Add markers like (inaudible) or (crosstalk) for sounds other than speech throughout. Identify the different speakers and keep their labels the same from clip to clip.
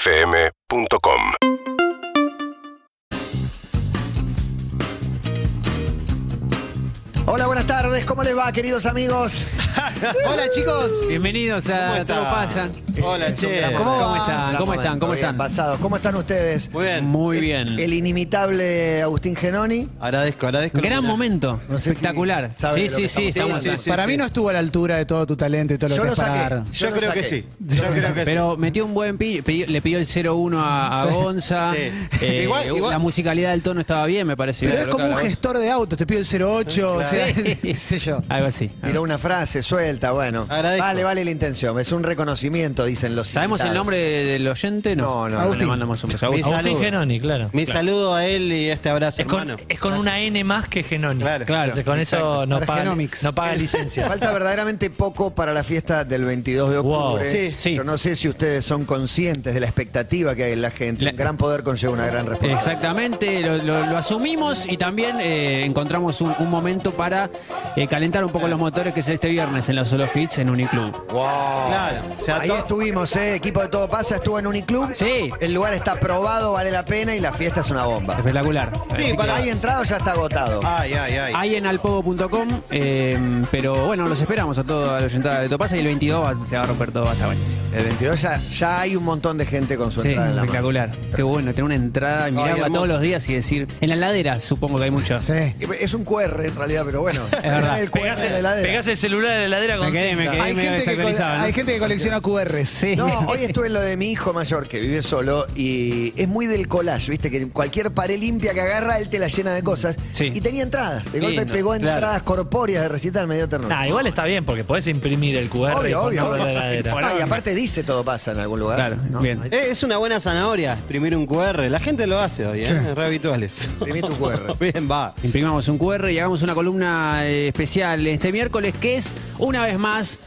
Speaker 1: UrbanaPlayFM.com
Speaker 2: Hola, buenas tardes. ¿Cómo les va, queridos amigos?
Speaker 3: (laughs) Hola chicos.
Speaker 4: Bienvenidos a Todo Pasa.
Speaker 3: Hola, che.
Speaker 2: ¿Cómo
Speaker 4: ¿Cómo
Speaker 2: va?
Speaker 4: están?
Speaker 2: Gran
Speaker 4: ¿Cómo están?
Speaker 2: momento,
Speaker 4: ¿Cómo
Speaker 2: bien
Speaker 4: están?
Speaker 2: pasado. ¿Cómo están ustedes?
Speaker 3: Muy bien.
Speaker 4: Muy
Speaker 2: El-
Speaker 4: bien.
Speaker 2: El, inimitable Agustín Genoni.
Speaker 3: Agradezco, agradezco.
Speaker 4: Gran momento.
Speaker 2: No sé si
Speaker 4: Espectacular.
Speaker 2: sabe
Speaker 4: Sí,
Speaker 2: de lo que
Speaker 4: sí, sí,
Speaker 2: estamos
Speaker 4: estamos
Speaker 3: Sí,
Speaker 4: hablando.
Speaker 3: sí,
Speaker 5: Para mí no estuvo a la altura de todo tu talento y todo lo
Speaker 2: Yo
Speaker 5: que
Speaker 2: lo
Speaker 5: es
Speaker 2: saqué.
Speaker 5: pagar.
Speaker 3: Yo
Speaker 2: lo
Speaker 3: creo que
Speaker 2: saqué.
Speaker 3: sí. Yo creo que
Speaker 4: Pero metió un buen pi- pi- le pidió el 0-1 a, a Gonza.
Speaker 3: Sí.
Speaker 4: Eh,
Speaker 3: Igual-
Speaker 4: La
Speaker 3: igual-
Speaker 4: musicalidad del tono estaba bien, me parece.
Speaker 5: Pero
Speaker 4: Mira,
Speaker 5: es
Speaker 4: lo
Speaker 5: como
Speaker 4: que
Speaker 5: un
Speaker 4: hago.
Speaker 5: gestor de autos, te pido el 08, o sea, (laughs) qué sé yo.
Speaker 4: Algo así.
Speaker 2: Tiró una frase suelta, bueno.
Speaker 3: Agradezco.
Speaker 2: Vale, vale la intención. Es un reconocimiento, dicen los
Speaker 4: ¿Sabemos el
Speaker 2: invitados.
Speaker 4: nombre del oyente?
Speaker 2: No, no, no.
Speaker 4: Le
Speaker 2: Agustín.
Speaker 4: mandamos un beso.
Speaker 3: Mi
Speaker 4: Agustín.
Speaker 3: saludo.
Speaker 6: Genoni, claro.
Speaker 3: Mi saludo a él y este abrazo,
Speaker 6: Es con,
Speaker 3: hermano.
Speaker 6: es con una N más que Genoni.
Speaker 3: Claro.
Speaker 4: Claro.
Speaker 6: Entonces, con eso no
Speaker 5: Para
Speaker 6: paga,
Speaker 5: Genomics.
Speaker 6: no paga licencia.
Speaker 2: Falta verdaderamente poco para la fiesta del 22 de
Speaker 6: Wow.
Speaker 2: octubre.
Speaker 3: Sí,
Speaker 4: sí.
Speaker 2: Yo no sé si ustedes son conscientes de la expectativa que hay en la gente.
Speaker 4: La-
Speaker 2: Un gran poder conlleva una gran responsabilidad.
Speaker 4: Exactamente, lo, lo- lo asumimos y también eh, encontramos un, un momento para eh, calentar un poco los motores que es este viernes en la Solo Hits en Uniclub.
Speaker 2: Wow.
Speaker 3: (laughs) Claro. O sea,
Speaker 2: Ahí
Speaker 3: to-
Speaker 2: estuvimos, ¿eh? Equipo de Todo Pasa estuvo en Uniclub.
Speaker 4: Sí.
Speaker 2: El lugar está aprobado, vale la pena y la fiesta es una bomba.
Speaker 4: Espectacular.
Speaker 3: Sí, para- Ah.
Speaker 2: Hay entrado, ya está agotado.
Speaker 3: Ay, ay, ay.
Speaker 4: Ahí en alpogo.com, eh, pero bueno, los esperamos a todos a la oyentada de Topasa y el 22 va- se va a romper todo hasta buenísimo.
Speaker 2: El 22 ya, ya hay un montón de gente con su
Speaker 4: Sí,
Speaker 2: entrada en la mano.
Speaker 4: espectacular. Qué bueno, tener una entrada y mirarla
Speaker 3: hermoso.
Speaker 4: todos los días y decir, en la ladera supongo que hay mucho.
Speaker 5: Sí.
Speaker 2: Es un QR en realidad, pero bueno.
Speaker 4: verdad.
Speaker 2: El QR en la heladera.
Speaker 6: Pegás el celular en la heladera con
Speaker 4: Me quedé, me
Speaker 6: cinta.
Speaker 4: quedé.
Speaker 5: Hay
Speaker 4: medio
Speaker 5: gente, que cole-
Speaker 4: desactualizado, ¿no?
Speaker 5: hay gente que colecciona QRs.
Speaker 4: Sí.
Speaker 2: No, hoy estuve en lo de mi hijo mayor que vive solo y es muy del collage, viste, que cualquier pared limpia que agarra, él te la llena de cosas.
Speaker 4: Sí.
Speaker 2: Y tenía entradas. De golpe
Speaker 4: Lindo,
Speaker 2: pegó
Speaker 4: claro.
Speaker 2: entradas corpóreas de recital medio ternura.
Speaker 6: Nah, Ah, igual está bien porque podés imprimir el QR y
Speaker 2: obvio, obvio.
Speaker 6: ponerlo en la
Speaker 2: obvio.
Speaker 6: heladera.
Speaker 2: Ah, y aparte dice todo pasa en algún lugar.
Speaker 4: Claro,
Speaker 2: ¿no?
Speaker 4: bien.
Speaker 2: Ahí-
Speaker 3: Eh, es una buena zanahoria imprimir un QR. La gente lo hace hoy, ¿eh? Re habituales.
Speaker 2: Imprimí tu QR.
Speaker 3: (laughs) Bien, va.
Speaker 4: Imprimamos un QR y hagamos una columna eh, especial este miércoles que es, una vez más,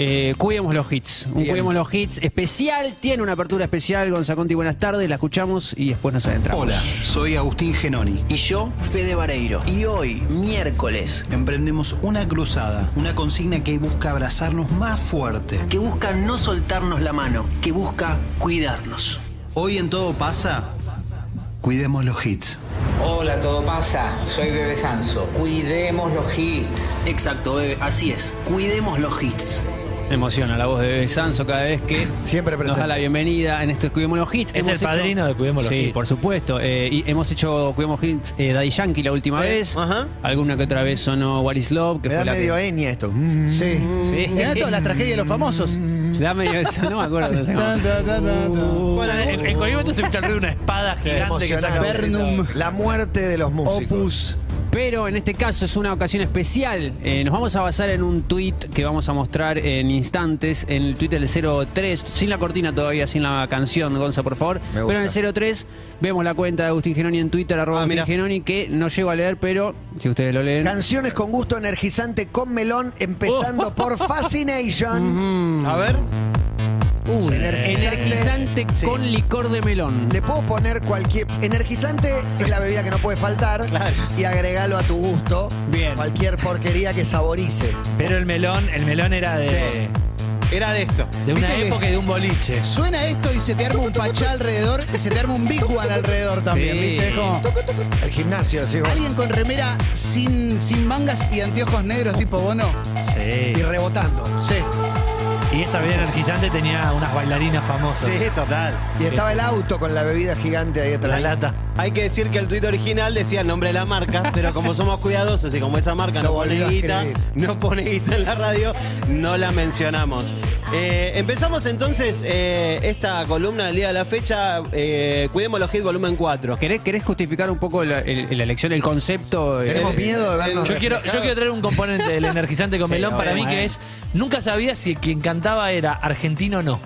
Speaker 4: eh, Cuidemos los Hits. Un
Speaker 2: Bien.
Speaker 4: Cuidemos los Hits especial, tiene una apertura especial, Gonzaconti, buenas tardes, la escuchamos y después nos adentramos.
Speaker 7: Hola, soy Agustín Genoni
Speaker 8: Y yo, Fede Vareiro. Y hoy, miércoles,
Speaker 7: emprendemos una cruzada, una consigna que busca abrazarnos más fuerte.
Speaker 8: que busca no soltarnos la mano, que busca cuidarnos.
Speaker 7: Hoy en Todo Pasa, cuidemos los hits.
Speaker 9: Hola, todo pasa. Soy Bebe Sanso. Cuidemos los hits.
Speaker 8: Exacto, bebé, así es. Cuidemos los hits.
Speaker 4: Me emociona la voz de Bebe Sanso cada vez que
Speaker 2: Siempre
Speaker 4: nos
Speaker 2: presente.
Speaker 4: da la bienvenida en esto Cuidemos los Hits.
Speaker 6: Es el padrino de Cuidemos los
Speaker 4: sí,
Speaker 6: Hits.
Speaker 4: por supuesto. Eh, y hemos hecho Cuidemos los Hits eh, Daddy Yankee la última
Speaker 3: Eh,
Speaker 4: vez.
Speaker 3: ajá.
Speaker 4: Alguna que otra vez sonó What is Love, que
Speaker 2: Me da
Speaker 4: fue la
Speaker 2: medio enia esto. Mm.
Speaker 5: Sí.
Speaker 4: Sí.
Speaker 5: Mirá todas las tragedias de los famosos.
Speaker 4: Da medio eso, no me acuerdo.
Speaker 6: (laughs)
Speaker 5: Tan, tan, tan, tan, tan.
Speaker 6: Bueno, en, en cualquier momento se escucha el ruido de una espada gigante que saca
Speaker 2: Uh, Emocionante.
Speaker 5: Vernum.
Speaker 2: La muerte de los músicos.
Speaker 5: Opus.
Speaker 4: Pero en este caso es una ocasión especial. Eh, nos vamos a basar en un tweet que vamos a mostrar en instantes, en el tweet del 03, sin la cortina todavía, sin la canción, Gonza, por favor.
Speaker 2: Me gusta.
Speaker 4: Pero en el 03 vemos la cuenta de Agustín Genoni en Twitter, arroba
Speaker 3: Ah,
Speaker 4: Agustín
Speaker 3: mirá.
Speaker 4: Genoni, que no llego a leer, pero si ustedes lo leen.
Speaker 2: Canciones con gusto energizante con melón, empezando por Fascination.
Speaker 3: A ver.
Speaker 2: Uh, energizante.
Speaker 4: Energizante con licor de melón.
Speaker 2: Le puedo poner cualquier. Energizante es la bebida que no puede faltar.
Speaker 3: Claro.
Speaker 2: Y agregalo a tu gusto.
Speaker 4: Bien.
Speaker 2: Cualquier porquería que saborice.
Speaker 6: Pero el melón, el melón era de,
Speaker 3: Era de esto.
Speaker 6: de una
Speaker 5: ¿Viste que-
Speaker 6: época y de un boliche.
Speaker 5: Suena esto y se te arma un pachá alrededor y se te arma un big one alrededor también,
Speaker 4: Sí.
Speaker 5: ¿viste? Es como
Speaker 2: El gimnasio, sí. vos.
Speaker 5: alguien con remera sin, sin mangas y anteojos negros tipo Bono.
Speaker 6: Sí.
Speaker 2: Y rebotando.
Speaker 5: Sí.
Speaker 6: Y esa bebida energizante tenía unas bailarinas famosas.
Speaker 3: Sí, total.
Speaker 2: Y estaba el auto con la bebida gigante ahí
Speaker 6: La
Speaker 2: atrás.
Speaker 6: lata.
Speaker 3: Hay que decir que el tuit original decía el nombre de la marca, pero como somos cuidadosos y como esa marca no,
Speaker 2: No
Speaker 3: pone
Speaker 2: volvió a
Speaker 3: guita,
Speaker 2: escribir.
Speaker 3: no pone guita en la radio, no la mencionamos. Eh, empezamos entonces eh, esta columna del día de la fecha, eh, Cuidemos los Hits volumen 4.
Speaker 4: ¿Querés, ¿Querés justificar un poco la, el- la elección, el concepto? Eh,
Speaker 2: Tenemos miedo de vernos.
Speaker 6: Yo quiero, yo quiero traer un componente del energizante con
Speaker 4: Sí,
Speaker 6: melón
Speaker 4: no,
Speaker 6: para mí
Speaker 4: bueno.
Speaker 6: que es, nunca sabía si quien cantaba era argentino o no.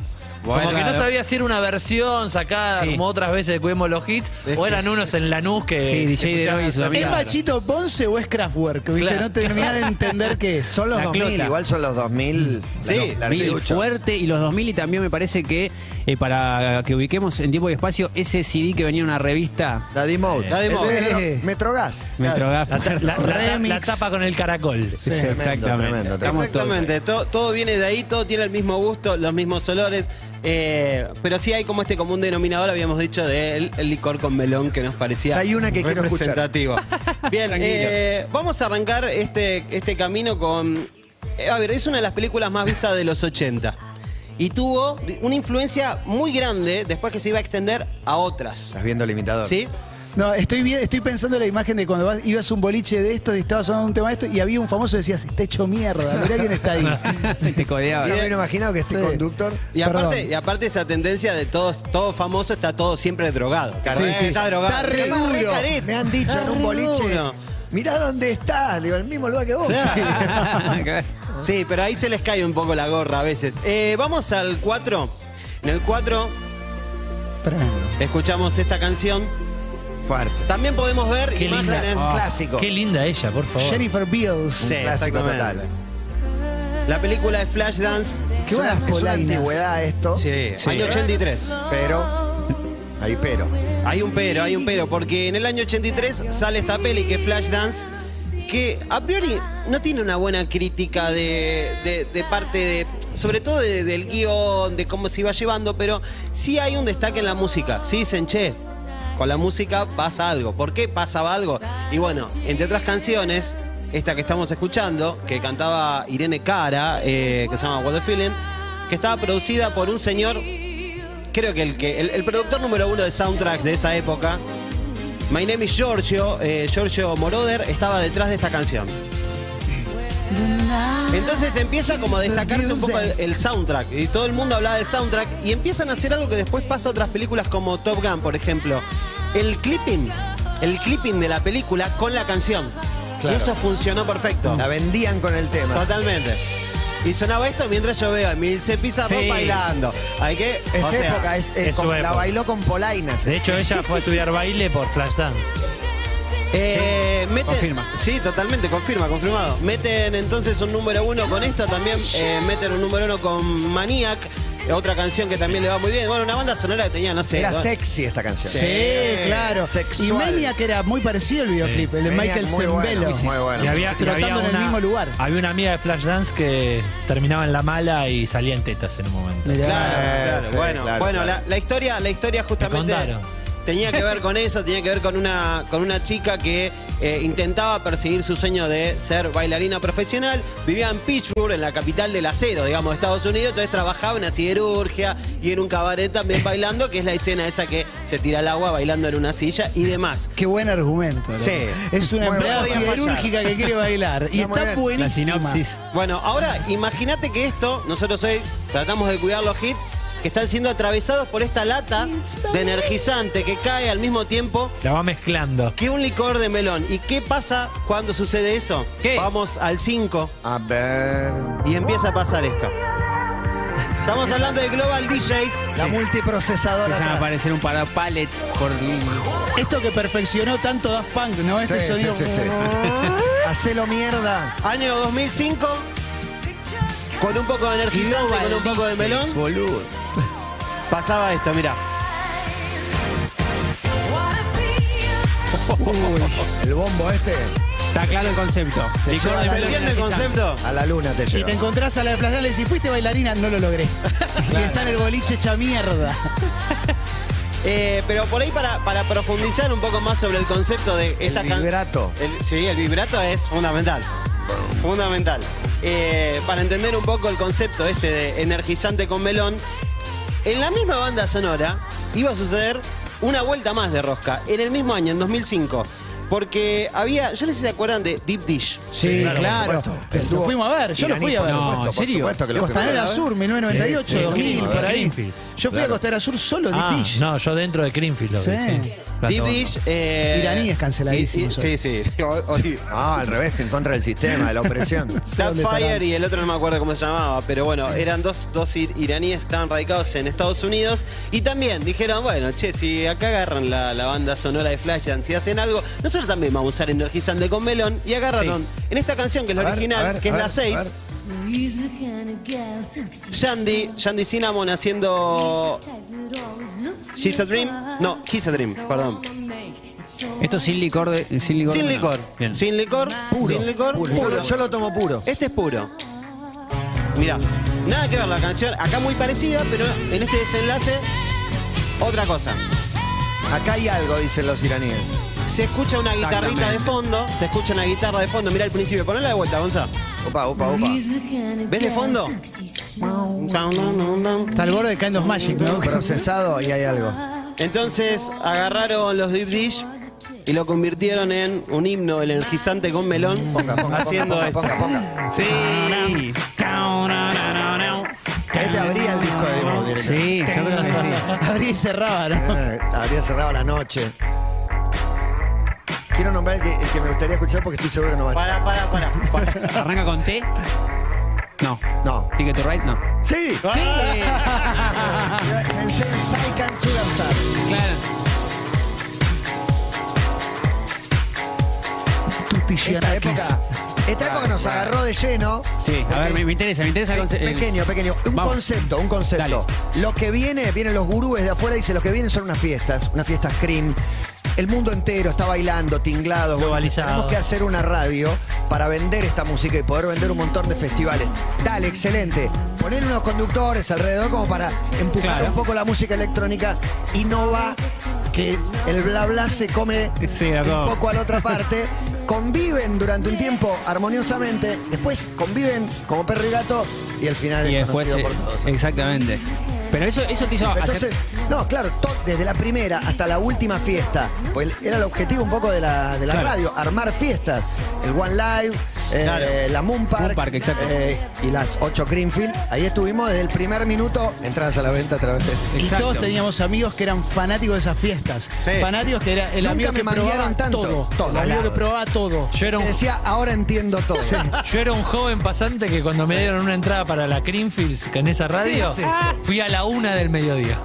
Speaker 4: Bueno,
Speaker 6: como que
Speaker 4: claro.
Speaker 6: no sabía si era una versión sacada
Speaker 4: Sí.
Speaker 6: como otras veces de Cuidemos los Hits o eran unos en Lanús que...
Speaker 4: Sí, DJ
Speaker 6: se
Speaker 4: de
Speaker 6: escuchaban
Speaker 4: Novi y sus
Speaker 6: hacer-
Speaker 4: amigos.
Speaker 5: ¿Es
Speaker 4: Claro.
Speaker 5: Machito Ponce o es Kraftwerk? ¿Viste?
Speaker 6: Claro.
Speaker 5: No terminás de entender qué es.
Speaker 2: Son los
Speaker 4: La
Speaker 2: 2000,
Speaker 4: clota.
Speaker 2: igual son los 2000. la-
Speaker 3: Sí,
Speaker 2: la
Speaker 3: mil,
Speaker 4: Mil,
Speaker 2: artilucho.
Speaker 4: fuerte y los 2000 y también me parece que eh, para que ubiquemos en tiempo y espacio ese CD que venía en una revista
Speaker 2: Daddy Mode.
Speaker 3: Daddy
Speaker 2: Ese
Speaker 3: Mode.
Speaker 2: es Metro-
Speaker 5: Eh.
Speaker 2: Metrogas.
Speaker 4: Metrogas.
Speaker 6: La, ta- la- la-
Speaker 5: Remix.
Speaker 6: la tapa con el caracol.
Speaker 2: Sí, tremendo,
Speaker 4: exactamente.
Speaker 2: tremendo, tremendo.
Speaker 4: Estamos todos-
Speaker 3: Exactamente, to- todo, viene de ahí, todo tiene el mismo gusto, los mismos olores, Eh, pero sí hay como este común denominador, habíamos dicho, del el licor con melón que nos parecía
Speaker 2: Hay una que quiero escuchar. (laughs)
Speaker 3: representativo. Bien, eh, vamos a arrancar este, este camino con... eh, a ver, es una de las películas más vistas de los 80. Y tuvo una influencia muy grande después que se iba a extender a otras.
Speaker 2: Estás viendo limitador.
Speaker 3: ¿Sí?
Speaker 5: No, estoy, bien, estoy pensando en la imagen de cuando vas- ibas a un boliche de esto y estaba sonando un tema de esto y había un famoso que decías, está hecho mierda, mirá quién está ahí.
Speaker 4: (laughs) Te
Speaker 2: No
Speaker 4: codeaba.
Speaker 2: me hubiera imaginado que este
Speaker 5: Sí.
Speaker 2: conductor.
Speaker 3: Y aparte,
Speaker 5: Perdón.
Speaker 3: y aparte esa tendencia de todos, todo famoso está todo siempre drogado.
Speaker 5: Sí,
Speaker 3: Eh,
Speaker 5: sí.
Speaker 3: Está drogado.
Speaker 5: Está re
Speaker 3: Está
Speaker 5: duro.
Speaker 3: careta.
Speaker 2: Me han dicho
Speaker 3: Está
Speaker 2: en un
Speaker 3: re
Speaker 2: boliche.
Speaker 3: duro.
Speaker 2: Mirá dónde estás. Digo, en el mismo lugar que vos.
Speaker 3: Sí, pero ahí se les cae un poco la gorra a veces. Eh, vamos al 4. En el 4
Speaker 5: Tremendo.
Speaker 3: escuchamos esta canción.
Speaker 2: (laughs) Fuerte.
Speaker 3: También podemos ver
Speaker 6: Qué linda.
Speaker 3: imágenes.
Speaker 2: Un clásico.
Speaker 6: Qué linda ella, por favor.
Speaker 5: Jennifer Beals.
Speaker 3: Sí,
Speaker 2: un clásico
Speaker 3: exactamente.
Speaker 2: total.
Speaker 3: La película de Flashdance.
Speaker 5: Qué
Speaker 2: Es una-
Speaker 5: buenas
Speaker 2: es una
Speaker 5: polainas.
Speaker 2: antigüedad esto.
Speaker 3: Sí,
Speaker 4: Sí.
Speaker 3: año 83.
Speaker 2: Pero. Ahí pero.
Speaker 3: Hay un pero, hay un pero, porque en el año 83 sale esta peli que es Flashdance, que a priori no tiene una buena crítica de, de- de parte de, sobre todo de- del guión, de cómo se iba llevando, pero sí hay un destaque en la música. Sí dicen, che, con la música pasa algo. ¿Por qué pasaba algo? Y bueno, entre otras canciones, esta que estamos escuchando, que cantaba Irene Cara, eh, que se llama What the Feeling, que estaba producida por un señor creo que el que el, el productor número uno de soundtracks de esa época, My Name is Giorgio, eh, Giorgio Moroder, estaba detrás de esta canción. Entonces empieza como a destacarse un poco el, el soundtrack. Y todo el mundo hablaba del soundtrack. Y empiezan a hacer algo que después pasa a otras películas como Top Gun, por ejemplo. El clipping. El clipping de la película con la canción.
Speaker 2: Claro.
Speaker 3: Y eso funcionó perfecto.
Speaker 2: La vendían con el tema.
Speaker 3: Totalmente. Y sonaba esto mientras yo veo a Emilce Pizarro
Speaker 6: Sí.
Speaker 3: bailando. Hay que.
Speaker 2: Es
Speaker 3: o sea,
Speaker 2: época, es, es
Speaker 6: es su
Speaker 2: con- la
Speaker 6: época.
Speaker 2: bailó con polainas. eh.
Speaker 6: De hecho, ella fue a estudiar baile por Flashdance.
Speaker 3: Eh, meten-
Speaker 4: confirma.
Speaker 3: Sí, totalmente, confirma, confirmado. Meten entonces un número uno con esto, también eh, meten un número uno con Maniac, otra canción que también le va muy bien. Bueno, una banda sonora que tenía, no sé.
Speaker 2: Era
Speaker 3: ¿no?
Speaker 2: sexy esta canción.
Speaker 5: Sí, claro.
Speaker 2: Sexual.
Speaker 5: Y Maniac era muy parecido el videoclip, el de
Speaker 2: Maniac
Speaker 5: Michael
Speaker 2: muy bueno,
Speaker 5: Zembello.
Speaker 2: muy bueno.
Speaker 6: Y había, y había
Speaker 5: Trotando en el
Speaker 6: una-
Speaker 5: mismo lugar.
Speaker 6: Había una amiga de Flashdance que terminaba en la mala y salía en tetas en un momento.
Speaker 5: Mirá.
Speaker 3: Claro,
Speaker 2: Eh,
Speaker 3: claro.
Speaker 2: sí,
Speaker 3: bueno,
Speaker 2: claro,
Speaker 3: bueno,
Speaker 2: claro.
Speaker 3: La, la historia, la historia justamente
Speaker 6: contaron.
Speaker 3: tenía que ver con eso, tenía que ver con una, con una chica que eh, intentaba perseguir su sueño de ser bailarina profesional. Vivía en Pittsburgh, en la capital del acero, digamos, de Estados Unidos. Entonces trabajaba en una siderurgia y en un cabaret también bailando, que es la escena esa que se tira al agua bailando en una silla y demás.
Speaker 5: Qué buen argumento. loco.
Speaker 3: Sí.
Speaker 5: Es una
Speaker 2: Muy
Speaker 5: empleada
Speaker 2: bueno.
Speaker 5: siderúrgica que quiere bailar. Y
Speaker 2: Está muy
Speaker 5: está
Speaker 2: bien.
Speaker 5: buenísima.
Speaker 4: La sinopsis.
Speaker 3: Bueno, ahora imagínate que esto, nosotros hoy tratamos de cuidar los hits que están siendo atravesados por esta lata de energizante que cae al mismo tiempo
Speaker 6: La va mezclando.
Speaker 3: que un licor de melón. ¿Y qué pasa cuando sucede eso?
Speaker 4: ¿Qué?
Speaker 3: Vamos al 5
Speaker 2: A ver.
Speaker 3: y empieza a pasar esto. Estamos hablando de Global DJs.
Speaker 2: La multiprocesadora.
Speaker 4: Empiezan a
Speaker 2: atrás.
Speaker 4: aparecer un par de pallets por.
Speaker 5: Esto que perfeccionó tanto Daft Punk, ¿no? Este
Speaker 2: Sí,
Speaker 5: sonido.
Speaker 2: sí, sí, sí. Hacelo mierda.
Speaker 3: Año 2005. Con un poco de energizante, con un poco de melón.
Speaker 4: Boludo.
Speaker 3: Pasaba esto, mirá.
Speaker 2: El bombo este
Speaker 4: Está claro el concepto. Licor de melón
Speaker 3: ¿Se entiende el
Speaker 4: energizante.
Speaker 3: concepto?
Speaker 2: a la luna te
Speaker 5: Y te
Speaker 2: lleva.
Speaker 5: encontrás a la de Flashdance y le decís, fuiste bailarina, no lo logré. Y está en el boliche hecha mierda.
Speaker 3: Eh, pero por ahí para, para profundizar un poco más sobre el concepto de esta
Speaker 2: El
Speaker 3: can-
Speaker 2: vibrato.
Speaker 3: El- sí, el vibrato es fundamental. Fundamental. Eh, para entender un poco el concepto este de energizante con melón, en la misma banda sonora iba a suceder una vuelta más de rosca, en el mismo año, en 2005. Porque había, yo no sé si se acuerdan de Deep Dish.
Speaker 5: Sí,
Speaker 6: claro,
Speaker 5: claro.
Speaker 2: por supuesto.
Speaker 5: Pero
Speaker 2: El
Speaker 5: Lo
Speaker 2: dúo
Speaker 5: fuimos a ver, yo lo
Speaker 2: iraní,
Speaker 5: fui a ver.
Speaker 2: Por
Speaker 4: No,
Speaker 2: supuesto,
Speaker 4: ¿en
Speaker 2: por
Speaker 4: serio?
Speaker 2: supuesto que lo
Speaker 5: Costanera
Speaker 2: fuimos a ver.
Speaker 5: Sur, 1998,
Speaker 6: Sí, sí,
Speaker 5: 2000,
Speaker 6: Greenfield,
Speaker 5: por ahí.
Speaker 6: Greenfield.
Speaker 5: Yo fui a Costanera Sur solo de
Speaker 6: Ah,
Speaker 5: Dish.
Speaker 6: no, yo dentro de Greenfield lo vi,
Speaker 5: Sí.
Speaker 6: sí.
Speaker 3: Deep
Speaker 6: Plata
Speaker 3: Dish.
Speaker 6: Bono.
Speaker 3: eh,
Speaker 5: Iraní es canceladísimo,
Speaker 3: y- y-
Speaker 5: soy.
Speaker 3: Sí, sí. O- o-
Speaker 2: Ah, al revés, que en contra del sistema, de la
Speaker 5: (laughs)
Speaker 2: opresión.
Speaker 5: ¿Dónde
Speaker 3: Sapphire
Speaker 5: estarán?
Speaker 3: y el otro no me acuerdo cómo se llamaba, pero bueno, eran dos, dos ir- iraníes que estaban radicados en Estados Unidos y también dijeron, bueno, che, si acá agarran la, la banda sonora de Flashdance y hacen algo, nosotros también vamos a usar energizante con melón y agarraron en esta canción que es la
Speaker 2: A ver,
Speaker 3: original,
Speaker 2: a ver,
Speaker 3: que es
Speaker 2: a
Speaker 3: la
Speaker 2: ver,
Speaker 3: 6,
Speaker 2: a ver.
Speaker 3: Yandy, Yandy Cinnamon haciendo She's a Dream, no, He's a Dream, perdón.
Speaker 4: Esto sin licor de. Sin licor.
Speaker 3: Sin
Speaker 4: de melón.
Speaker 3: licor,
Speaker 4: Bien.
Speaker 3: sin licor,
Speaker 2: Puro.
Speaker 3: sin licor,
Speaker 2: puro. Yo,
Speaker 3: Este puro.
Speaker 2: lo, yo lo tomo puro.
Speaker 3: Este es puro. Mirá. Nada que ver la canción, acá muy parecida, pero en este desenlace, otra cosa.
Speaker 2: Acá hay algo, dicen los iraníes.
Speaker 3: Se escucha una guitarrita de
Speaker 8: Exactamente.
Speaker 3: fondo, se escucha una guitarra de fondo, mira al principio, ponela de vuelta, Gonza.
Speaker 2: Opa, opa, opa.
Speaker 3: ¿Ves de fondo?
Speaker 5: Está al borde de Kind of Magic, ¿no?
Speaker 2: Procesado y hay
Speaker 5: (laughs)
Speaker 2: algo.
Speaker 3: Entonces agarraron los Deep Dish y lo convirtieron en un himno del energizante con melón,
Speaker 2: Ponga, ponga,
Speaker 3: haciendo
Speaker 2: ponga,
Speaker 3: esto.
Speaker 2: ponga, Ah, ponga.
Speaker 4: Sí.
Speaker 2: Este abría el disco de demo directamente.
Speaker 4: Sí, yo creo que sí.
Speaker 3: (laughs)
Speaker 5: Abrí y cerraba, ¿no?
Speaker 2: Eh, Habría cerrado la noche. Quiero nombrar el que, el que me gustaría escuchar porque estoy seguro que no va a estar.
Speaker 3: Para, para, para.
Speaker 4: ¿Arranca con T? No.
Speaker 2: No.
Speaker 4: ¿Ticket to Ride? No.
Speaker 2: ¡Sí!
Speaker 4: Sí.
Speaker 3: Ah.
Speaker 2: Pensé en Saikan Superstar.
Speaker 4: Claro.
Speaker 5: Tutti
Speaker 2: Esta
Speaker 5: Gianakis.
Speaker 2: época, esta época nos agarró de lleno.
Speaker 4: Sí, a ver, me, me interesa, me interesa. el
Speaker 2: Pe-
Speaker 4: conce- el-
Speaker 2: pequeño, pequeño. Un
Speaker 4: Vamos.
Speaker 2: concepto, un concepto. Lo que viene, vienen los gurúes de afuera, dicen, lo que vienen son unas fiestas, unas fiestas cream. El mundo entero está bailando, tinglado. Bueno,
Speaker 6: Globalizado.
Speaker 2: tenemos que hacer una radio para vender esta música y poder vender un montón de festivales. Dale, excelente. Poner unos conductores alrededor como para empujar
Speaker 4: Claro.
Speaker 2: un poco la música electrónica y no va que el bla bla se come
Speaker 4: Sí, la
Speaker 2: un
Speaker 4: como.
Speaker 2: poco a la otra parte, conviven durante un tiempo armoniosamente, después conviven como perro y gato y al final
Speaker 4: Y
Speaker 2: es
Speaker 4: después.
Speaker 2: conocido
Speaker 4: eh,
Speaker 2: por todos.
Speaker 4: exactamente. Pero eso, eso te hizo hacer.
Speaker 2: Entonces, no, claro, to- desde la primera hasta la última fiesta, pues era el objetivo un poco de la, de la
Speaker 4: Claro.
Speaker 2: radio, armar fiestas, el One Live, eh,
Speaker 4: Claro.
Speaker 2: la Moon Park,
Speaker 4: Moon Park, exacto.
Speaker 2: eh, y las 8 Greenfield, ahí estuvimos desde el primer minuto, entradas a la venta a través de...
Speaker 5: Y
Speaker 4: Exacto.
Speaker 5: todos teníamos amigos que eran fanáticos de esas fiestas.
Speaker 3: Sí.
Speaker 5: Fanáticos que era el
Speaker 2: Nunca
Speaker 5: amigo
Speaker 2: me
Speaker 5: que probaba
Speaker 2: mangueaban tanto.
Speaker 5: todo.
Speaker 2: Todo.
Speaker 5: El amigo que
Speaker 2: Claro.
Speaker 5: probaba todo.
Speaker 6: Yo era,
Speaker 2: Te
Speaker 6: un,
Speaker 2: decía, ahora entiendo todo.
Speaker 6: yo era un joven pasante que cuando me dieron una entrada para la Greenfields en esa radio,
Speaker 2: Sí,
Speaker 6: fui a la una del mediodía.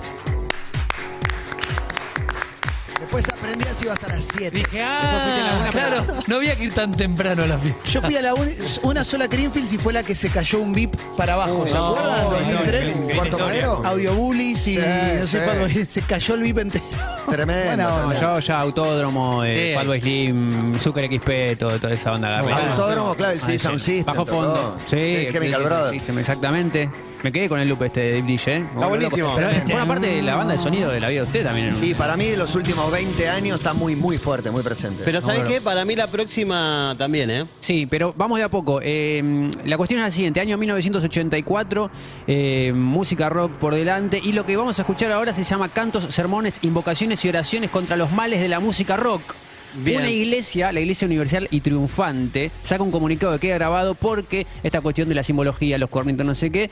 Speaker 2: Después aprendías y ibas a las 7.
Speaker 6: Dije, ah, claro, no había que ir tan temprano a la fiesta.
Speaker 5: Yo fui a la un- una sola Greenfield y fue la que se cayó un VIP para abajo. ¿Se
Speaker 6: no,
Speaker 5: acuerdan?
Speaker 6: no,
Speaker 5: 2003.
Speaker 6: no,
Speaker 2: ¿Cuarto madero?
Speaker 5: Audiobullis y
Speaker 2: Sí,
Speaker 5: no sé
Speaker 2: sí.
Speaker 5: cuándo, (laughs) se cayó el VIP entero.
Speaker 2: Tremendo,
Speaker 5: Buena onda.
Speaker 4: No, yo ya Autódromo, eh,
Speaker 6: Sí.
Speaker 4: Fatboy Slim, Zucker XP, todo, toda esa onda. agarré.
Speaker 2: Autódromo, claro, el CD Sound System.
Speaker 4: Bajo fondo.
Speaker 2: todo.
Speaker 4: Sí,
Speaker 2: Chemical
Speaker 4: el-
Speaker 2: Brothers.
Speaker 4: System, Exactamente. Me quedé con el loop este de Deep Dish, ¿eh? Me volví
Speaker 3: buenísimo.
Speaker 4: loco. Pero eh, forma parte de la banda de sonido de la vida de usted también. En un...
Speaker 2: Y para mí, los últimos 20 años está muy, muy fuerte, muy presente.
Speaker 3: Pero ¿sabes qué? Para mí la próxima también, ¿eh?
Speaker 4: Sí, pero vamos de a poco. Eh, la cuestión es la siguiente: año 1984, eh, música rock por delante. Y lo que vamos a escuchar ahora se llama Cantos, Sermones, Invocaciones y Oraciones contra los Males de la Música Rock.
Speaker 3: Bien.
Speaker 4: Una iglesia, la Iglesia Universal y Triunfante, saca un comunicado que queda grabado porque esta cuestión de la simbología, los cuernitos, no sé qué,